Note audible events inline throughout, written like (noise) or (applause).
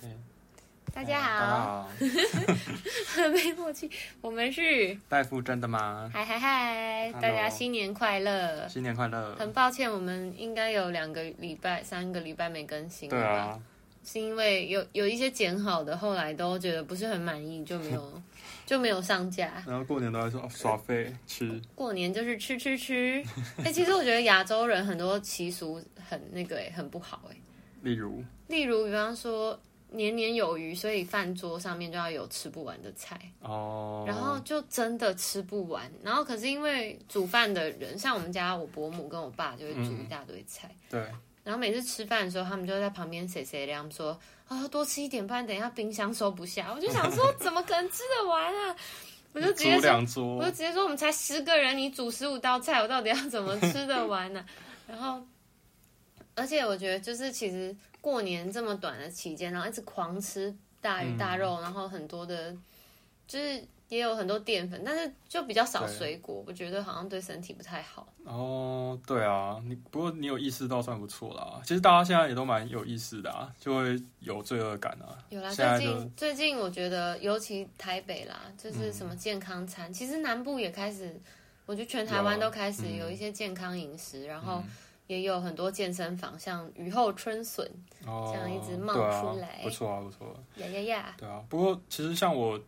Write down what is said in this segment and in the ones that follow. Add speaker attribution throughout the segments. Speaker 1: 对，
Speaker 2: 大家
Speaker 1: 哎大家
Speaker 2: 好，
Speaker 1: 好，
Speaker 2: 没默契，我们是
Speaker 1: 戴夫真的吗？
Speaker 2: 嗨嗨嗨，大家
Speaker 1: 嗯 Hello
Speaker 2: 新年快乐！
Speaker 1: 新年快乐！
Speaker 2: 很抱歉，我们应该有两个礼拜、三个礼拜没更新了
Speaker 1: 对
Speaker 2: 吧？
Speaker 1: 啊，
Speaker 2: 是因为有有一些剪好的，后来都觉得不是很满意，就没
Speaker 1: (laughs)
Speaker 2: 有就没有上架。
Speaker 1: 然后过年都在说哦耍费吃，
Speaker 2: 过年就是吃吃
Speaker 1: (laughs)
Speaker 2: 吃，哎、其实我觉得亚洲人很多习俗很那个、哎，很不好哎、
Speaker 1: 例如
Speaker 2: 例如比方说年年有余，所以饭桌上面就要有吃不完的菜。
Speaker 1: 哦，
Speaker 2: 然后就真的吃不完。然后可是因为煮饭的人，像我们家我伯母跟我爸就会煮一大堆菜。
Speaker 1: 对，
Speaker 2: 然后每次吃饭的时候，他们就在旁边谁谁凉说啊、多吃一点，不然等一下冰箱收不下。我就想说，怎么可能吃得完啊？我就直接
Speaker 1: 煮
Speaker 2: 说，
Speaker 1: 两
Speaker 2: 我
Speaker 1: 桌
Speaker 2: 就，直接说，我们才十个人，你煮十五道菜，我到底要怎么吃得完
Speaker 1: (laughs)
Speaker 2: 呢、然后，而且我觉得就是其实过年这么短的期间，然后一直狂吃大鱼大
Speaker 1: 嗯
Speaker 2: 肉，然后很多的，就是也有很多淀粉，但是就比较少
Speaker 1: 对
Speaker 2: 水果，我觉得好像对身体不太好。
Speaker 1: 哦，对啊，你不过你有意识到算不错啦。其实大家现在也都蛮有意识的啊，就会有罪恶感啊。
Speaker 2: 有啦，
Speaker 1: 现在
Speaker 2: 最
Speaker 1: 就嗯
Speaker 2: 近最近我觉得，尤其台北啦，就是什么健康餐，其实南部也开始，我觉得全台湾
Speaker 1: 有啊
Speaker 2: 都开始
Speaker 1: 嗯
Speaker 2: 有一些健康饮食，然后也有很多健身房，像雨后春笋，
Speaker 1: 哦，
Speaker 2: 这样一直冒
Speaker 1: 对
Speaker 2: 出
Speaker 1: 啊
Speaker 2: 来，
Speaker 1: 不错啊，不错啊。
Speaker 2: 呀呀呀，
Speaker 1: 对啊，不过其实像我，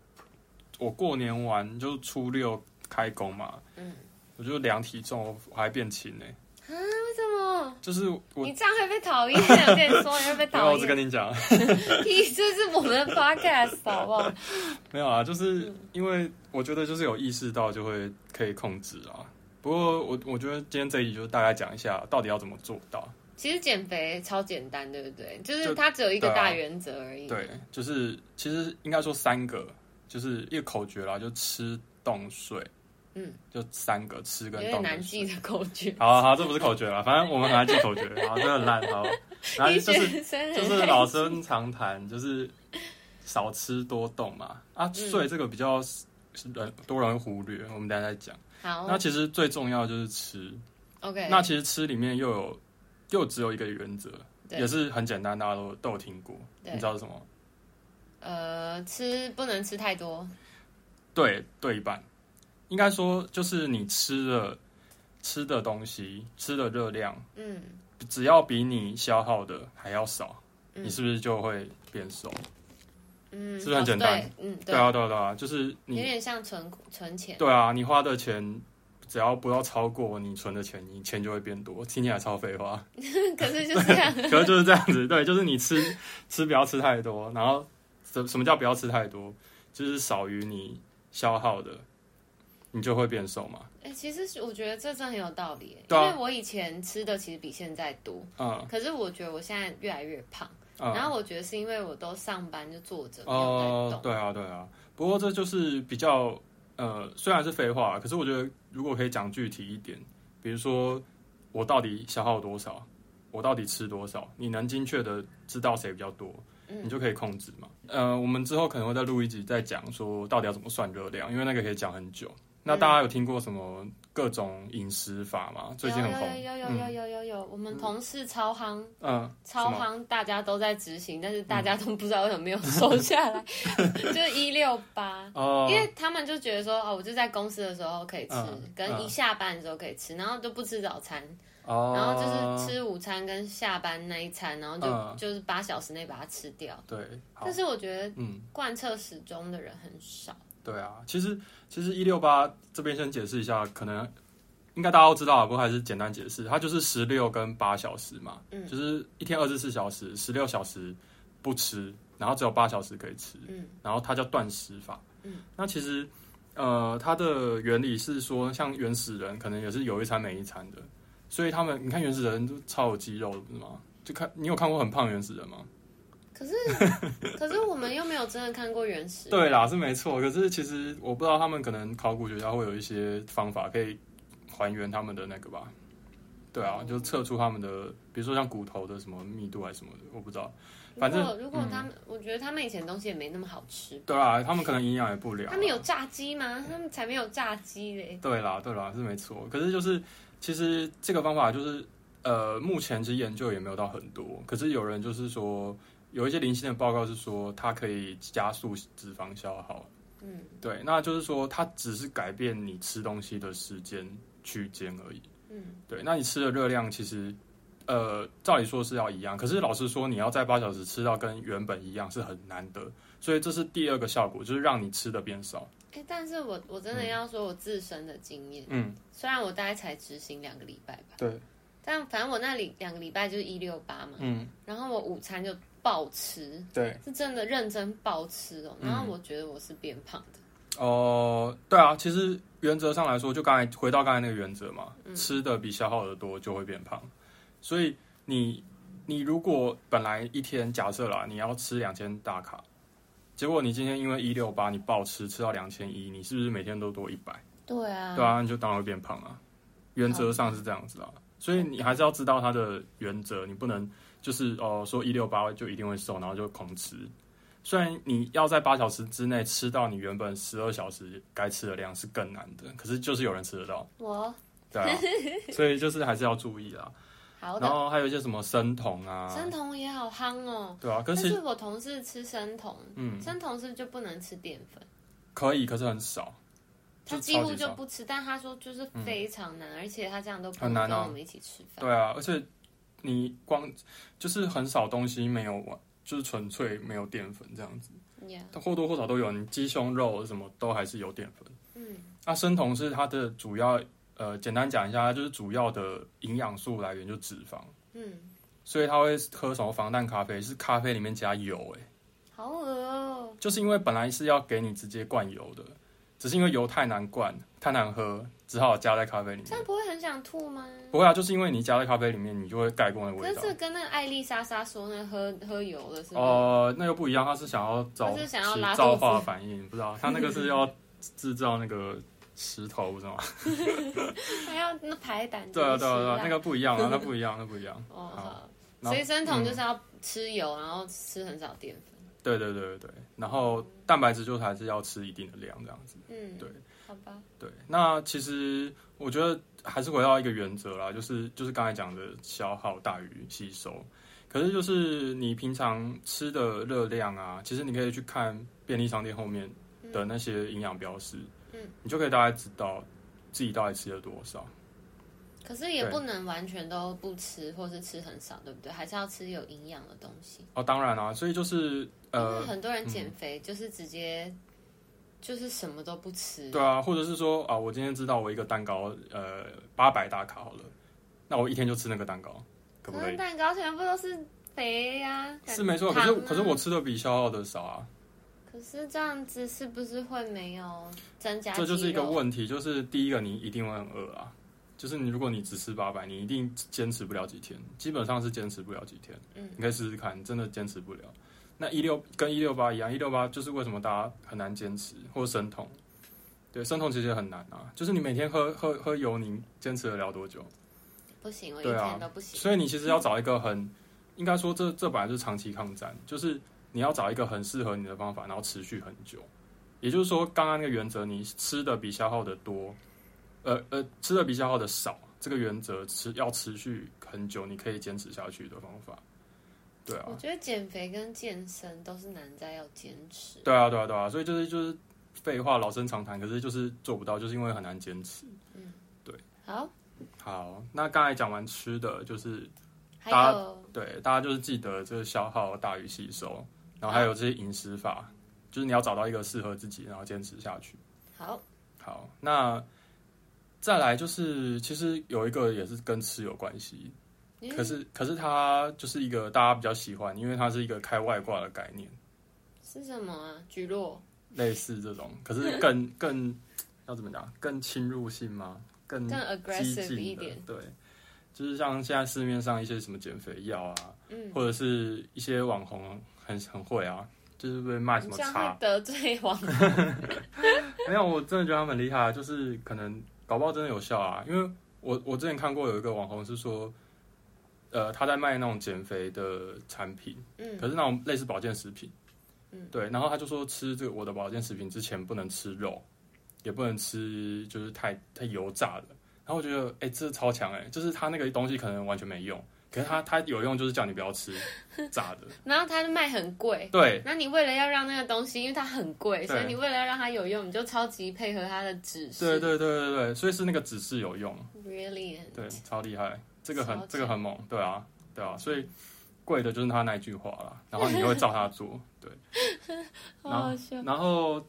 Speaker 1: 我过年完就初六开工嘛，
Speaker 2: 嗯，
Speaker 1: 我就量体重，我还变轻呢、
Speaker 2: 为什
Speaker 1: (laughs)
Speaker 2: 么？
Speaker 1: 就是我，
Speaker 2: 嗯你这样会被讨厌，我跟你说，你会被
Speaker 1: 没有，
Speaker 2: 讨
Speaker 1: 我只跟
Speaker 2: 厌。
Speaker 1: 你讲， (laughs)
Speaker 2: 屁， (laughs) 这是我们的 podcast 好不好？
Speaker 1: 没有啊，
Speaker 2: 嗯
Speaker 1: 就是因为我觉得就是有意识到就会可以控制啊。不过我我觉得今天这一集就大概讲一下到底要怎么做到。
Speaker 2: 其实减肥超简单，对不对？就是
Speaker 1: 就
Speaker 2: 它只有一个
Speaker 1: 对啊
Speaker 2: 大原则而已。
Speaker 1: 对，就是其实应该说三个，就是一个口诀啦，就吃、动、睡。
Speaker 2: 嗯，
Speaker 1: 就三个吃
Speaker 2: 有
Speaker 1: 跟
Speaker 2: 点
Speaker 1: 动
Speaker 2: 难
Speaker 1: 跟睡
Speaker 2: 记。的口诀。
Speaker 1: 好、啊、好，这不是口诀啦，反正我们很难记
Speaker 2: (laughs)
Speaker 1: 口诀，好，这很烂，好， (laughs) 然后
Speaker 2: 医 (laughs)
Speaker 1: 就
Speaker 2: 学
Speaker 1: 是
Speaker 2: 生
Speaker 1: 就
Speaker 2: 很
Speaker 1: 是老生常谈，就是少吃多动嘛。啊，
Speaker 2: 嗯
Speaker 1: 睡这个比较人多人忽略，我们等一下再讲。那
Speaker 2: 好
Speaker 1: 其实最重要就是吃。
Speaker 2: ，OK，
Speaker 1: 那其实吃里面又有又只有一个原则，
Speaker 2: 对
Speaker 1: 也是很简单，大家都都有听过。
Speaker 2: 对
Speaker 1: 你知道是什么？
Speaker 2: 呃，吃不能吃太多，
Speaker 1: 对，对一半。应该说就是你吃的吃的东西，吃的热量，
Speaker 2: 嗯，
Speaker 1: 只要比你消耗的还要少，
Speaker 2: 嗯
Speaker 1: 你是不是就会变瘦？
Speaker 2: 嗯，
Speaker 1: 是不是很简单
Speaker 2: 哦？对嗯，
Speaker 1: 对啊，对啊，对啊，就是
Speaker 2: 有
Speaker 1: 你
Speaker 2: 点像存存钱， (laughs)
Speaker 1: 对啊，你花的钱只要不要超过你存的钱，你钱就会变多。听起来超废话， (laughs)
Speaker 2: 可是就这样，
Speaker 1: 可是就是这样子。对，就是你吃 (laughs) 吃不要吃太多，然后什什么叫不要吃太多？就是少于你消耗的，你就会变瘦嘛。
Speaker 2: 哎、其实我觉得这真的很有道理、
Speaker 1: 对啊
Speaker 2: 因为我以前吃的其实比现在多，
Speaker 1: 嗯
Speaker 2: 可是我觉得我现在越来越胖，然
Speaker 1: 嗯，
Speaker 2: 后我觉得是因为我都上班就坐着，没有在
Speaker 1: 哦，
Speaker 2: 动，
Speaker 1: 对啊对啊。不过这就是比较呃，虽然是废话，可是我觉得如果可以讲具体一点，比如说我到底消耗多少，我到底吃多少，你能精确的知道谁比较多。
Speaker 2: 嗯，
Speaker 1: 你就可以控制嘛。呃，我们之后可能会再录一集，再讲说到底要怎么算热量，因为那个可以讲很久。
Speaker 2: 嗯
Speaker 1: 那大家有听过什么各种饮食法吗？最近很红。
Speaker 2: 有有有有有有有有，我们同事超夯。
Speaker 1: 嗯，
Speaker 2: 超
Speaker 1: 什么
Speaker 2: 夯，大家都在执行，但是
Speaker 1: 嗯
Speaker 2: 大家都不知道为什么没有瘦下来， (laughs) 就是一六八，
Speaker 1: 哦
Speaker 2: 因为他们就觉得说，哦，我就在公司的时候可以吃，
Speaker 1: 嗯
Speaker 2: 跟
Speaker 1: 嗯
Speaker 2: 一下班的时候可以吃，然后都不吃早餐，
Speaker 1: 哦，
Speaker 2: 然后就是吃午餐跟下班那一餐，然后就、
Speaker 1: 嗯
Speaker 2: 就是八小时内把它吃掉。
Speaker 1: 对，好
Speaker 2: 但，是我觉得
Speaker 1: 嗯，
Speaker 2: 贯彻始终的人很少，
Speaker 1: 对啊。其实其实一六八这边先解释一下，可能应该大家都知道，啊不过还是简单解释，它就是十六跟八小时嘛，
Speaker 2: 嗯
Speaker 1: 就是一天二十四小时，十六小时不吃，然后只有八小时可以吃，
Speaker 2: 嗯，
Speaker 1: 然后它叫断食法。
Speaker 2: 嗯，
Speaker 1: 那其实呃，它的原理是说，像原始人可能也是有一餐没一餐的，所以他们你看原始人都超有肌肉的，不是吗？就看你有看过很胖的原始人吗？
Speaker 2: 可
Speaker 1: (laughs)
Speaker 2: 是可是我们又没有真的看过原始，
Speaker 1: 对啦，是没错。可是其实我不知道他们可能考古学家会有一些方法可以还原他们的那个吧。对啊，就测出他们的，比如说像骨头的什么密度还是什么的，我不知道。
Speaker 2: 如
Speaker 1: 反正嗯
Speaker 2: 果如果他们，我觉得他们以前东西也没那么好吃，
Speaker 1: 对啊，他们可能营养也不良啊。
Speaker 2: 他们有炸鸡吗？他们才没有炸鸡嘞。
Speaker 1: 对啦，对啦，是没错。可是就是，其实这个方法就是，呃，目前其实研究也没有到很多。可是有人就是说，有一些零星的报告是说它可以加速脂肪消耗，
Speaker 2: 嗯
Speaker 1: 对，那就是说它只是改变你吃东西的时间区间而已。
Speaker 2: 嗯
Speaker 1: 对，那你吃的热量其实，呃，照理说是要一样，可是老实说，你要在八小时吃到跟原本一样是很难的，所以这是第二个效果，就是让你吃的变少。
Speaker 2: 哎、但是我我真的要说我自身的经验，
Speaker 1: 嗯，
Speaker 2: 虽然我大概才执行两个礼拜吧，
Speaker 1: 对，
Speaker 2: 但反正我那里两个礼拜就是一六八嘛，
Speaker 1: 嗯，
Speaker 2: 然后我午餐就暴吃，
Speaker 1: 对，
Speaker 2: 是真的认真暴吃哦，
Speaker 1: 嗯
Speaker 2: 然后我觉得我是变胖的，
Speaker 1: 哦、对啊，其实原则上来说，就刚才回到刚才那个原则嘛，吃的比消耗的多就会变胖，所以你你如果本来一天假设啦，你要吃两千大卡，结果你今天因为一六八你暴吃吃到两千一，你是不是每天都多一百？
Speaker 2: 对啊，
Speaker 1: 对啊，你就当然会变胖啊。原
Speaker 2: 哦
Speaker 1: 则上是这样子啊，所以你还是要知道它的原则，你不能就是哦、呃说一六八就一定会瘦，然后就狂吃。虽然你要在八小时之内吃到你原本十二小时该吃的量是更难的，可是就是有人吃得到，
Speaker 2: 我 (laughs)
Speaker 1: 对啊，所以就是还是要注意啊。
Speaker 2: 好的，
Speaker 1: 然后还有一些什么生酮啊，
Speaker 2: 生酮也好夯哦，
Speaker 1: 对啊，可
Speaker 2: 但
Speaker 1: 是
Speaker 2: 是我同事吃生酮，
Speaker 1: 嗯
Speaker 2: 生酮是不是就不能吃淀粉？
Speaker 1: 可以，可是很少，
Speaker 2: 他
Speaker 1: 就
Speaker 2: 几
Speaker 1: 超
Speaker 2: 乎
Speaker 1: 级
Speaker 2: 就
Speaker 1: 少嗯
Speaker 2: 不吃，但他说就是非常难，而且他这样都不
Speaker 1: 很
Speaker 2: 能
Speaker 1: 难
Speaker 2: 跟
Speaker 1: 啊
Speaker 2: 我们一起吃饭。
Speaker 1: 对啊，而且你光就是很少东西没有完，就是纯粹没有淀粉这样子。
Speaker 2: Yeah，
Speaker 1: 它或多或少都有，你鸡胸肉什么都还是有淀粉。
Speaker 2: 嗯
Speaker 1: 那生酮是它的主要，呃，简单讲一下，它就是主要的营养素来源就脂肪，
Speaker 2: 嗯，
Speaker 1: 所以它会喝什么防弹咖啡，是咖啡里面加油、欸，
Speaker 2: 好恶哦、
Speaker 1: 就是因为本来是要给你直接灌油的，只是因为油太难灌、太难喝，只好加在咖啡里
Speaker 2: 这
Speaker 1: 面
Speaker 2: 样。不会很想吐吗？
Speaker 1: 不会啊，就是因为你加在咖啡里面，你就会盖过那个
Speaker 2: 可
Speaker 1: 味
Speaker 2: 是
Speaker 1: 道。
Speaker 2: 这跟那个艾丽莎莎说那喝喝油的是吗？
Speaker 1: 哦，那又不一样，他是想要造
Speaker 2: 他是想要拉
Speaker 1: 起
Speaker 2: 肚
Speaker 1: 造
Speaker 2: 子
Speaker 1: 化反应，不知道他那个是要制造那个石头，不知道吗。
Speaker 2: 还要那排胆汁
Speaker 1: 对啊，对啊，对啊
Speaker 2: 是，吧
Speaker 1: 那个不一样啊，那不一样，那不一样。
Speaker 2: 哦好，
Speaker 1: 然后嗯
Speaker 2: 所以生酮就是要吃油，然后吃很少淀粉。
Speaker 1: 对对对对对，然后蛋白质就还是要吃一定的量这样子。
Speaker 2: 嗯，
Speaker 1: 对，
Speaker 2: 好吧，
Speaker 1: 对，那其实我觉得还是回到一个原则啦，就是就是刚才讲的消耗大于吸收。可是就是你平常吃的热量啊，其实你可以去看便利商店后面的那些营养标识，
Speaker 2: 嗯，
Speaker 1: 你就可以大概知道自己到底吃了多少。
Speaker 2: 可是也
Speaker 1: 对
Speaker 2: 不能完全都不吃，或是吃很少，对不对？还是要吃有营养的东西。
Speaker 1: 哦，当然啦、所以就是
Speaker 2: 因
Speaker 1: 呃
Speaker 2: 为，很多人减肥就是直接就是什么都不吃，
Speaker 1: 对啊，或者是说啊，我今天知道我一个蛋糕，呃，八百大卡好了，那我一天就吃那个蛋糕，可不
Speaker 2: 可
Speaker 1: 可
Speaker 2: 是
Speaker 1: 以？
Speaker 2: 蛋糕全部都是肥呀、感
Speaker 1: 是没错，可是
Speaker 2: 嗯糖啊
Speaker 1: 可是我吃的比消耗的少啊，
Speaker 2: 可是这样子是不是会没有增加肌
Speaker 1: 这
Speaker 2: 肉？
Speaker 1: 就是一个问题，就是第一个你一定会很饿啊，就是你如果你只吃八百，你一定坚持不了几天，基本上是坚持不了几天，
Speaker 2: 嗯，
Speaker 1: 你可以试试看，真的坚持不了。那一六跟一六八一样，一六八就是为什么大家很难坚持，或生酮，对，生酮其实也很难啊，就是你每天喝喝喝油，你坚持得了多久？
Speaker 2: 不行，我一
Speaker 1: 对啊
Speaker 2: 天都不行。
Speaker 1: 所以你其实要找一个很，应该说这这本来就是长期抗战，就是你要找一个很适合你的方法，然后持续很久。也就是说，刚刚那个原则，你吃的比消耗的多，呃呃，吃的比消耗的少，这个原则持要持续很久，你可以坚持下去的方法。对啊
Speaker 2: 我，觉得减肥跟健身都是难在要坚持。
Speaker 1: 对啊，对啊，对啊，所以就是就是废话，老生常谈，可是就是做不到，就是因为很难坚持。
Speaker 2: 好，
Speaker 1: 好，那刚才讲完吃的，就是
Speaker 2: 还
Speaker 1: 大家
Speaker 2: 有
Speaker 1: 对，大家就是记得这个消耗大于吸收，然后还有这些饮食法，就是你要找到一个适合自己，然后坚持下去。
Speaker 2: 好，
Speaker 1: 好，那再来就是，其实有一个也是跟吃有关系，
Speaker 2: 嗯
Speaker 1: 可是可是它就是一个大家比较喜欢，因为它是一个开外挂的概念，
Speaker 2: 是什么啊？菊络
Speaker 1: 类似这种，
Speaker 2: (laughs)
Speaker 1: 可是更更要怎么讲，更侵入性吗？更
Speaker 2: 更
Speaker 1: 激
Speaker 2: aggressive 一
Speaker 1: 进的
Speaker 2: 点，，
Speaker 1: 对，就是像现在市面上一些什么减肥药啊，
Speaker 2: 嗯，
Speaker 1: 或者是一些网红很很会啊，就是被卖什
Speaker 2: 你
Speaker 1: 么
Speaker 2: 这样
Speaker 1: 茶
Speaker 2: 会，得罪网
Speaker 1: (laughs)
Speaker 2: 红。
Speaker 1: 没有，我真的觉得他们很厉害，啊就是可能搞不好真的有效啊，因为我我之前看过有一个网红是说，呃，他在卖那种减肥的产品，
Speaker 2: 嗯
Speaker 1: 可是那种类似保健食品，
Speaker 2: 嗯
Speaker 1: 对，然后他就说吃这个我的保健食品之前不能吃肉，也不能吃欸就是太太油炸的，然后我觉得哎、这超强哎、就是他那个东西可能完全没用，可是
Speaker 2: (laughs)
Speaker 1: 它它有用，就是叫你不要吃炸的。
Speaker 2: 然后它卖很贵。
Speaker 1: 对
Speaker 2: 那你为了要让那个东西，因为它很贵，
Speaker 1: 对
Speaker 2: 所以你为了要让它有用，你就超级配合它的指
Speaker 1: 对
Speaker 2: 示。
Speaker 1: 对对对对，所以是那个指示有用，
Speaker 2: ，brilliant。
Speaker 1: 对，超厉害，这个
Speaker 2: 超嗯
Speaker 1: 很
Speaker 2: 强
Speaker 1: 这个很猛，对啊对啊，所以贵的就是他那一句话
Speaker 2: (laughs)
Speaker 1: 啦，然后你会照他做，对。
Speaker 2: 好好笑。
Speaker 1: 然后，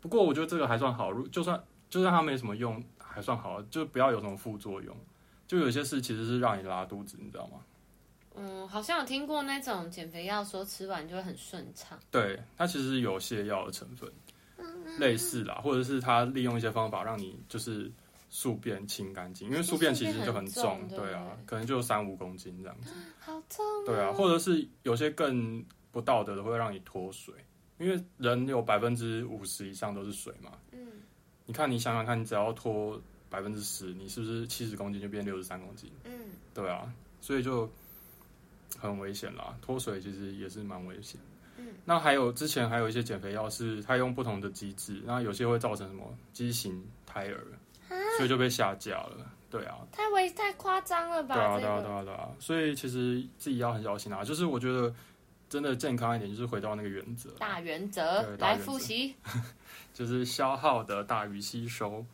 Speaker 1: 不过我觉得这个还算好，如就算就算它没什么用，还算好，啊就不要有什么副作用。就有些事其实是让你拉肚子，你知道吗？
Speaker 2: 嗯，好像有听过那种减肥药，说吃完就会很顺畅。
Speaker 1: 对，它其实有泻药的成分，
Speaker 2: 嗯
Speaker 1: 类似啦，或者是它利用一些方法让你就是宿便清干净，因为宿便其实就很
Speaker 2: 宿便很重对不
Speaker 1: 对啊
Speaker 2: 对，
Speaker 1: 可能就三五公斤这样子，
Speaker 2: 好痛哦、
Speaker 1: 对啊，或者是有些更不道德的会让你脱水，因为人有百分之五十以上都是水嘛，
Speaker 2: 嗯，
Speaker 1: 你看，你想想看，你只要拖百分之十，你是不是七十公斤就变六十三公斤？
Speaker 2: 嗯，
Speaker 1: 对啊，所以就很危险啦。脱水其实也是蛮危险。
Speaker 2: 嗯，
Speaker 1: 那还有之前还有一些减肥药是它用不同的机制，那有些会造成什么畸形胎儿，所以就被下架了。对啊，
Speaker 2: 太危太夸张了吧？
Speaker 1: 对啊，
Speaker 2: 这
Speaker 1: 对啊，对
Speaker 2: 个
Speaker 1: 啊，对啊。所以其实自己要很小心啊。就是我觉得真的健康一点，就是回到那个原则，
Speaker 2: 大原则
Speaker 1: 对大
Speaker 2: 来
Speaker 1: 原则
Speaker 2: 复习，
Speaker 1: 就是消耗的大于吸收。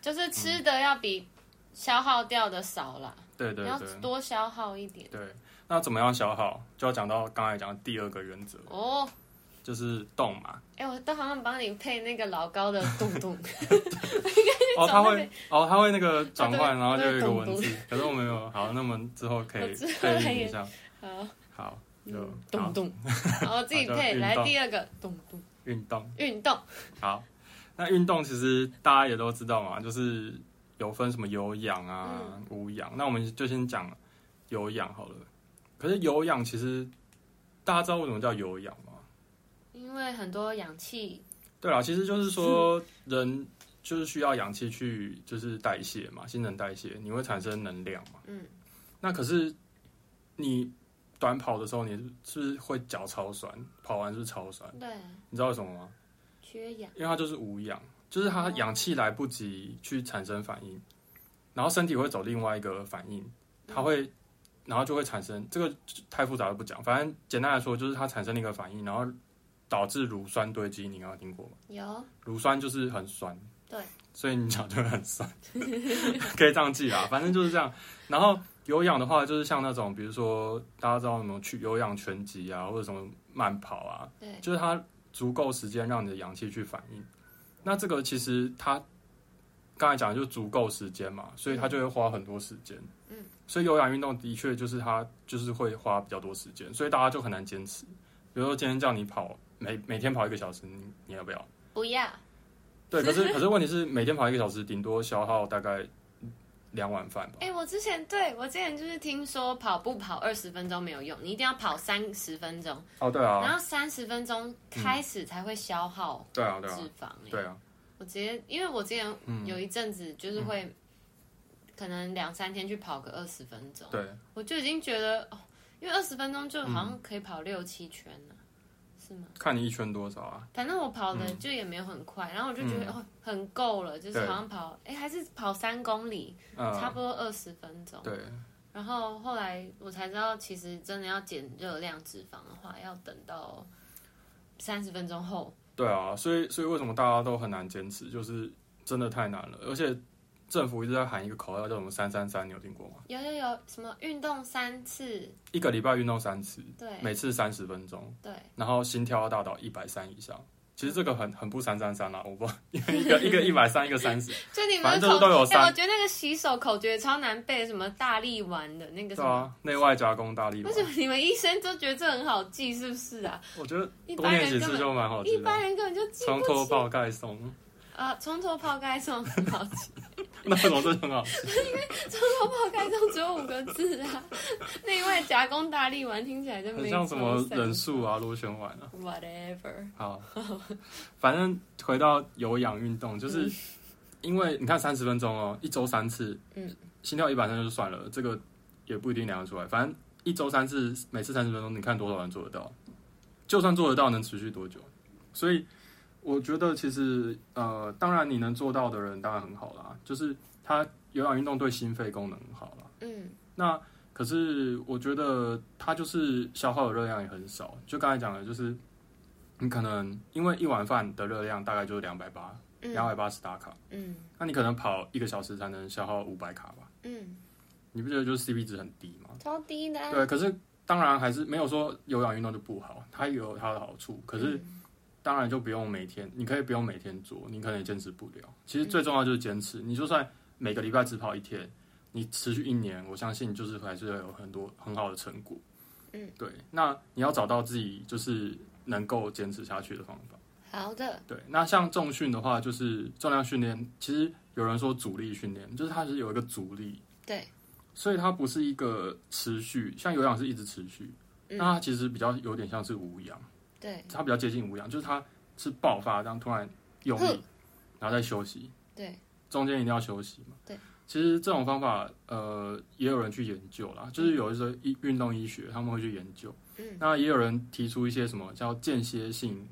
Speaker 2: 就是
Speaker 1: 嗯
Speaker 2: 吃的要比消耗掉的少啦，
Speaker 1: 对对
Speaker 2: 要
Speaker 1: 对。
Speaker 2: 多消耗一点。
Speaker 1: 对，那怎么样消耗？就要讲到刚才讲的第二个原则，
Speaker 2: 哦，
Speaker 1: 就是动嘛。
Speaker 2: 哎、我都好像帮你配那个老高的洞洞， (laughs) 找
Speaker 1: 哦，他
Speaker 2: 那啊
Speaker 1: 会，哦，他会那个转
Speaker 2: 它
Speaker 1: 换，然后
Speaker 2: 都会
Speaker 1: 就有
Speaker 2: 它都会
Speaker 1: 一个文字。可是我没有。好，那我们之后
Speaker 2: (laughs)
Speaker 1: 可
Speaker 2: 我
Speaker 1: 以
Speaker 2: 之后
Speaker 1: 对
Speaker 2: 可以
Speaker 1: 应一下。
Speaker 2: 好，
Speaker 1: 好，就
Speaker 2: 嗯
Speaker 1: 好
Speaker 2: 洞
Speaker 1: (laughs)
Speaker 2: 洞，好，我自己
Speaker 1: 好就
Speaker 2: 配。
Speaker 1: 运
Speaker 2: 来
Speaker 1: 动
Speaker 2: 第二个洞洞
Speaker 1: 运动。
Speaker 2: 运动，
Speaker 1: 好，那运动其实大家也都知道嘛，就是有分什么有氧啊、无氧。那我们就先讲有氧好了。可是有氧其实大家知道为什么叫有氧吗？
Speaker 2: 因为很多氧气，
Speaker 1: 对啦，其实就是说人就是需要氧气去就是代谢嘛，新陈代谢，你会产生能量嘛。
Speaker 2: 嗯。
Speaker 1: 那可是你短跑的时候，你是不是会脚超酸？跑完是不是超酸？
Speaker 2: 对，
Speaker 1: 你知道为什么吗？
Speaker 2: 缺氧，
Speaker 1: 因为它就是无氧，就是它氧气来不及去产生反应，然后身体会走另外一个反应，它会，然后就会产生这个太复杂了不讲，反正简单来说就是它产生了一个反应，然后导致乳酸堆积，你刚刚听过吗？
Speaker 2: 有
Speaker 1: 乳酸就是很酸，
Speaker 2: 对，
Speaker 1: (laughs) 所以你脚就会很酸，可以这样记啦，反正就是这样。然后有氧的话，就是像那种，比如说大家知道什么去有氧拳击啊，或者什么慢跑啊，
Speaker 2: 对。
Speaker 1: 就是它足够时间让你的氧气去反应。那这个其实它刚才讲的就是足够时间嘛，所以它就会花很多时间。
Speaker 2: 嗯，
Speaker 1: 所以有氧运动的确就是它就是会花比较多时间，所以大家就很难坚持。比如说今天叫你跑每每天跑一个小时，你你要不要？
Speaker 2: 不要，
Speaker 1: 对，可是可是问题是，每天跑一个小时，顶多消耗大概两碗饭吧。
Speaker 2: 哎、我之前对我之前就是听说跑步跑二十分钟没有用，你一定要跑三十分钟，
Speaker 1: 哦，对啊，
Speaker 2: 然后三十分钟开始才会消耗
Speaker 1: 对啊，
Speaker 2: 脂
Speaker 1: 对啊，
Speaker 2: 肪、哎、
Speaker 1: 对啊，
Speaker 2: 我直接因为我之前
Speaker 1: 嗯
Speaker 2: 有一阵子就是会，可能两三天去跑个二十分钟，
Speaker 1: 对，
Speaker 2: 我就已经觉得哦，因为二十分钟
Speaker 1: 嗯
Speaker 2: 就好像可以跑六七圈了、是吗？
Speaker 1: 看你一圈多少啊？
Speaker 2: 反正我跑的就也没有很快，然后我就觉得、哦很够了，就是
Speaker 1: 嗯对
Speaker 2: 好像跑哎、还是跑三公里，差不
Speaker 1: 嗯，
Speaker 2: 多二十分钟。
Speaker 1: 对，
Speaker 2: 然后后来我才知道，其实真的要减热量脂肪的话，要等到三十分钟后。
Speaker 1: 对啊，所以所以为什么大家都很难坚持，就是真的太难了，而且政府一直在喊一个口号叫什么“三三三”，你有听过吗？
Speaker 2: 有有有，什么运动三次？
Speaker 1: 一个礼拜运动三次，
Speaker 2: 对
Speaker 1: 每次三十分钟，
Speaker 2: 对，
Speaker 1: 然后心跳要达到一百三以上。其实这个很很不三三三啦，我不因为一个一个一百三，一个三
Speaker 2: (laughs)
Speaker 1: 十，
Speaker 2: 就你们
Speaker 1: 反
Speaker 2: 的
Speaker 1: 正就是
Speaker 2: 口
Speaker 1: 都有
Speaker 2: 哎
Speaker 1: 三
Speaker 2: 我觉得那个洗手口诀超难背，什么大力丸的那个
Speaker 1: 对
Speaker 2: 什么。
Speaker 1: 啊，内外夹攻大力丸
Speaker 2: 为，什么你们医生都觉得这很好记，是不是啊？
Speaker 1: 我觉得
Speaker 2: 一
Speaker 1: 多
Speaker 2: 般
Speaker 1: 练
Speaker 2: 人
Speaker 1: 几
Speaker 2: 根
Speaker 1: 次
Speaker 2: 本
Speaker 1: 就蛮好
Speaker 2: 一
Speaker 1: 记的。
Speaker 2: 般人根本就记
Speaker 1: 从
Speaker 2: 不
Speaker 1: 头
Speaker 2: 起。
Speaker 1: 泡盖松，
Speaker 2: 啊，从头泡盖送很好记，
Speaker 1: 那为什么这就很好吃？
Speaker 2: (laughs) 从头泡盖送只有五个字啊。内外夹攻大力丸听起来就
Speaker 1: 很
Speaker 2: (laughs) 没
Speaker 1: 像什么
Speaker 2: 什
Speaker 1: 忍
Speaker 2: 么
Speaker 1: 术啊、螺旋丸啊。
Speaker 2: whatever。
Speaker 1: 好，反正回到有氧运动，就是因为你看三十分钟哦，一周三次，
Speaker 2: 嗯，
Speaker 1: 心跳一百三就算了，这个也不一定量得出来。反正一周三次，每次三十分钟，你看多少人做得到？就算做得到，能持续多久？所以我觉得其实呃，当然你能做到的人当然很好啦，就是他有氧运动对心肺功能很好啦。
Speaker 2: 嗯
Speaker 1: 那可是我觉得它就是消耗的热量也很少。就刚才讲的，就是你可能因为一碗饭的热量大概就是两百八、两
Speaker 2: 嗯
Speaker 1: 百八十大卡，
Speaker 2: 嗯
Speaker 1: 那你可能跑一个小时才能消耗五百卡吧？
Speaker 2: 嗯，
Speaker 1: 你不觉得就是 CP 值很低吗？
Speaker 2: 超低的啊、
Speaker 1: 对，可是当然还是没有说有氧运动就不好，它也有它的好处。可是
Speaker 2: 嗯
Speaker 1: 当然就不用每天，你可以不用每天做，你可能也坚持不了。其实
Speaker 2: 嗯
Speaker 1: 最重要就是坚持，你就算每个礼拜只跑一天，你持续一年，我相信就是还是会有很多很好的成果。
Speaker 2: 嗯，
Speaker 1: 对。那你要找到自己就是能够坚持下去的方法。
Speaker 2: 好的，
Speaker 1: 对，那像重训的话，就是重量训练，其实有人说阻力训练，就是它是有一个阻力，
Speaker 2: 对，
Speaker 1: 所以它不是一个持续，像有氧是一直持续，
Speaker 2: 嗯
Speaker 1: 那它其实比较有点像是无氧，
Speaker 2: 对
Speaker 1: 它比较接近无氧，就是它是爆发，这样突然用力，然后再休息，
Speaker 2: 对，
Speaker 1: 中间一定要休息嘛。
Speaker 2: 对，
Speaker 1: 其实这种方法，呃，也有人去研究啦，就是有一些医运动医学他们会去研究，
Speaker 2: 嗯
Speaker 1: 那也有人提出一些什么叫间歇性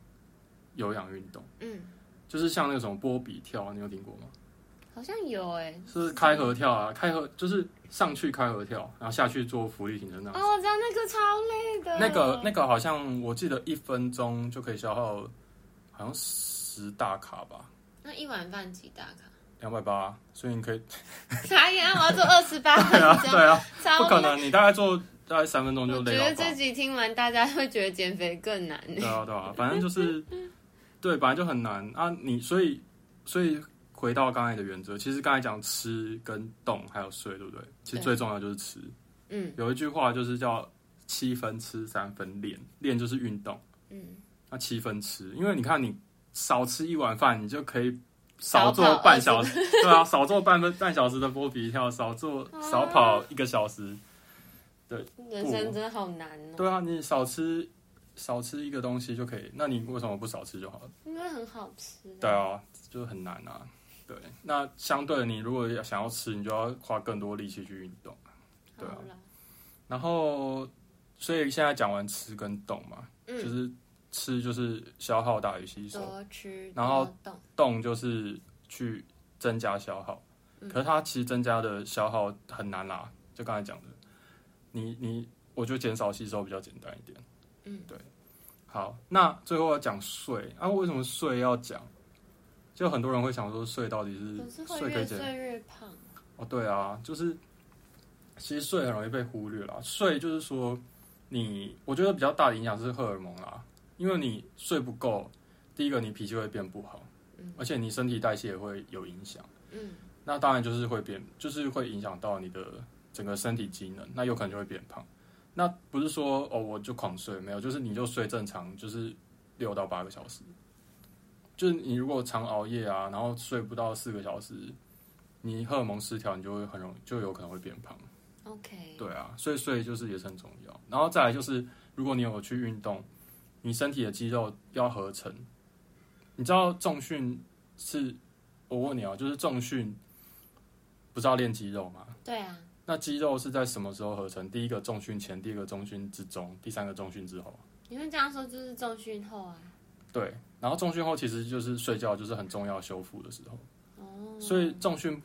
Speaker 1: 有氧运动。
Speaker 2: 嗯，
Speaker 1: 就是像那个什么波比跳，你有听过吗？
Speaker 2: 好像有哎、
Speaker 1: 是开合跳啊，开合就是上去开合跳，然后下去做浮力挺身那样。
Speaker 2: 哦，我知道那个超累的，
Speaker 1: 那个那个好像我记得一分钟就可以消耗，好像十大卡吧，
Speaker 2: 那一碗饭几大卡？
Speaker 1: 两百八，所以你可以
Speaker 2: 傻眼啊！我要做二十八分
Speaker 1: 对啊
Speaker 2: 钟，
Speaker 1: (laughs) 对啊，
Speaker 2: 超
Speaker 1: 不可
Speaker 2: 累。
Speaker 1: 能，你大概做大概三分钟就
Speaker 2: 我觉
Speaker 1: 累
Speaker 2: 得
Speaker 1: 到爆。
Speaker 2: 这集听完，大家会觉得减肥更难。
Speaker 1: 对啊
Speaker 2: (laughs)
Speaker 1: 对啊，反正就是对，本来就很难啊。你所以所以回到刚才的原则，其实刚才讲吃跟动还有睡，对不对？其实
Speaker 2: 对
Speaker 1: 最重要就是吃。
Speaker 2: 嗯
Speaker 1: 有一句话就是叫七分吃，三分练，练就是运动，
Speaker 2: 嗯，
Speaker 1: 那七分吃，因为你看你少吃一碗饭，你就可以
Speaker 2: 少跑
Speaker 1: 少做半小时， (laughs) 对啊，少做半分哦半小时的波比跳，少做
Speaker 2: 啊
Speaker 1: 少跑一个小时，
Speaker 2: 人生真的好难哦，
Speaker 1: 对啊，你少吃少吃一个东西就可以，那你为什么不少吃就好了？
Speaker 2: 因为很好吃。
Speaker 1: 对啊，就是很难啊。对，那相对的，你如果要想要吃，你就要花更多力气去运动。对啊
Speaker 2: 好啦，
Speaker 1: 然后，所以现在讲完吃跟动嘛，就
Speaker 2: 嗯，
Speaker 1: 是吃就是消耗大于吸收，
Speaker 2: 多吃，
Speaker 1: 然后
Speaker 2: 多动，
Speaker 1: 动就是去增加消耗。
Speaker 2: 嗯
Speaker 1: 可是它其实增加的消耗很难啦，就刚才讲的，你你我觉得减少吸收比较简单一点。
Speaker 2: 嗯，
Speaker 1: 对。好，那最后要讲税啊，为什么税要讲？就很多人会想说税到底
Speaker 2: 可是
Speaker 1: 是
Speaker 2: 会
Speaker 1: 税可
Speaker 2: 越
Speaker 1: 以减
Speaker 2: 睡越胖。
Speaker 1: 哦，对啊，就是其实税很容易被忽略啦。税就是说你，我觉得比较大的影响是荷尔蒙啦，因为你睡不够，第一个你脾气会变不好，
Speaker 2: 嗯
Speaker 1: 而且你身体代谢也会有影响。
Speaker 2: 嗯
Speaker 1: 那当然就是会变，就是会影响到你的整个身体机能，那有可能就会变胖。那不是说哦，我就狂睡，没有，就是你就睡正常，就是六到八个小时。就是你如果常熬夜啊，然后睡不到四个小时，你荷尔蒙失调，你就会很容就有可能会变胖。
Speaker 2: ，OK，
Speaker 1: 对啊，所以睡就是也是很重要。然后再来就是，如果你有去运动，你身体的肌肉要合成。你知道重训是，我问你啊，就是重训不是要练肌肉吗？
Speaker 2: 对啊，
Speaker 1: 那肌肉是在什么时候合成？第一个重训前，第二个重训之中，第三个重训之后。
Speaker 2: 你会这样说就是重训后啊，
Speaker 1: 对，然后重训后其实就是睡觉，就是很重要修复的时候。
Speaker 2: 哦，
Speaker 1: 所以重训，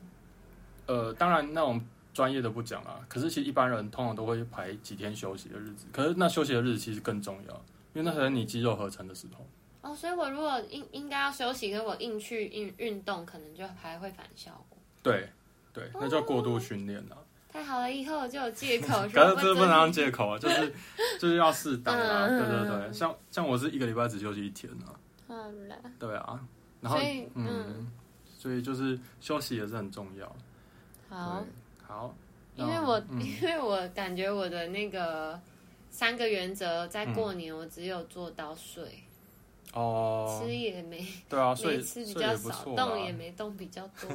Speaker 1: 呃，当然那种专业的不讲啊啦，可是其实一般人通常都会排几天休息的日子，可是那休息的日子其实更重要，因为那才是你肌肉合成的时候。
Speaker 2: 哦，所以我如果应应该要休息，可是我硬去运运动，可能就还会反效果。
Speaker 1: 对，对，
Speaker 2: 哦
Speaker 1: 那叫过度训练啦。
Speaker 2: 太好了，以后我就有借
Speaker 1: (laughs)
Speaker 2: 口
Speaker 1: 可
Speaker 2: 说
Speaker 1: 是这不
Speaker 2: 遵
Speaker 1: 能当借口啊，就是就是要适当啊，
Speaker 2: 嗯
Speaker 1: 对对对，像像我是一个礼拜只休息一天啊，
Speaker 2: 好了，
Speaker 1: 对啊，然后
Speaker 2: 所以
Speaker 1: 嗯，所以就是休息也是很重要。
Speaker 2: 好
Speaker 1: 对，，好，
Speaker 2: 因为我、(laughs)
Speaker 1: 嗯
Speaker 2: 因为我感觉我的那个三个原则，在
Speaker 1: 嗯
Speaker 2: 过年我只有做到睡，
Speaker 1: 哦，
Speaker 2: 吃也没
Speaker 1: 对啊，所
Speaker 2: 没
Speaker 1: 以
Speaker 2: 吃
Speaker 1: 所
Speaker 2: 比
Speaker 1: 以
Speaker 2: 较
Speaker 1: 也不
Speaker 2: 少，
Speaker 1: 错
Speaker 2: 动
Speaker 1: 啦
Speaker 2: 也。没动比较
Speaker 1: (laughs)
Speaker 2: 多。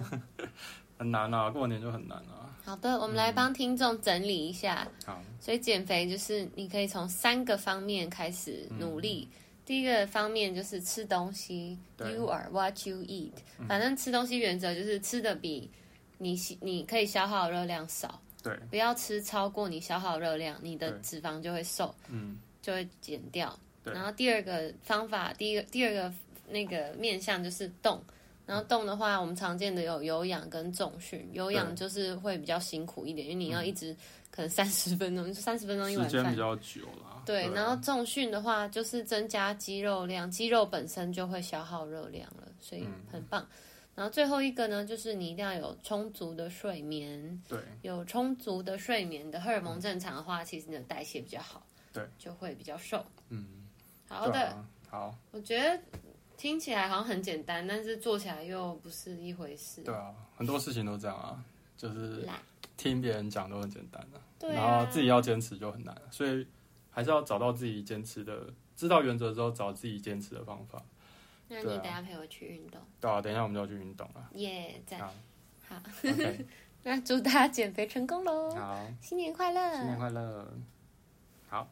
Speaker 1: 很难啊，过年就很难啊。
Speaker 2: 好的，我们来帮听众整理一下。
Speaker 1: 好，
Speaker 2: 所以减肥就是你可以从三个方面开始
Speaker 1: 嗯
Speaker 2: 努力。第一个方面就是吃东西
Speaker 1: 对嗯
Speaker 2: ，You are what you eat。反正吃东西原则就是吃的比你吸你可以消耗的热量少，
Speaker 1: 对，
Speaker 2: 不要吃超过你消耗热量，你的
Speaker 1: 对
Speaker 2: 脂肪就会瘦，
Speaker 1: 嗯，
Speaker 2: 就会减掉。
Speaker 1: 对
Speaker 2: 然后第二个方法，第一个第二个那个面向就是动。然后动的话，我们常见的有有氧跟重训。有氧就是会比较辛苦一点，因为你要一直可能三十分钟，就三十分钟一
Speaker 1: 嗯时
Speaker 2: 碗
Speaker 1: 间比
Speaker 2: 饭。
Speaker 1: 较久啦。
Speaker 2: 对，
Speaker 1: 啊
Speaker 2: 然后重训的话就是增加肌肉量，肌肉本身就会消耗热量了，所以很棒。
Speaker 1: 嗯
Speaker 2: 然后最后一个呢，就是你一定要有充足的睡眠，
Speaker 1: 对，
Speaker 2: 有充足的睡眠的荷尔蒙正常的话，其实你的代谢比较好，
Speaker 1: 嗯对，
Speaker 2: 就会比较瘦。
Speaker 1: 嗯，
Speaker 2: 好的，
Speaker 1: 对啊，好，
Speaker 2: 我觉得听起来好像很简单，但是做起来又不是一回事。
Speaker 1: 对啊，很多事情都这样啊，就是
Speaker 2: 啦
Speaker 1: 听别人讲都很简单的、
Speaker 2: 对
Speaker 1: 然
Speaker 2: 啊
Speaker 1: 后，自己要坚持就很难，啊所以还是要找到自己坚持的，知道原则之后找自己坚持的方法。
Speaker 2: 那你
Speaker 1: 对啊
Speaker 2: 等一下陪我去运动，
Speaker 1: 对啊，等一下我们就要去运动了。
Speaker 2: 耶、赞！
Speaker 1: 好
Speaker 2: 好，
Speaker 1: OK，
Speaker 2: (laughs) 那祝大家减肥成功喽，
Speaker 1: 好，
Speaker 2: 新年快乐，
Speaker 1: 新年快乐！好，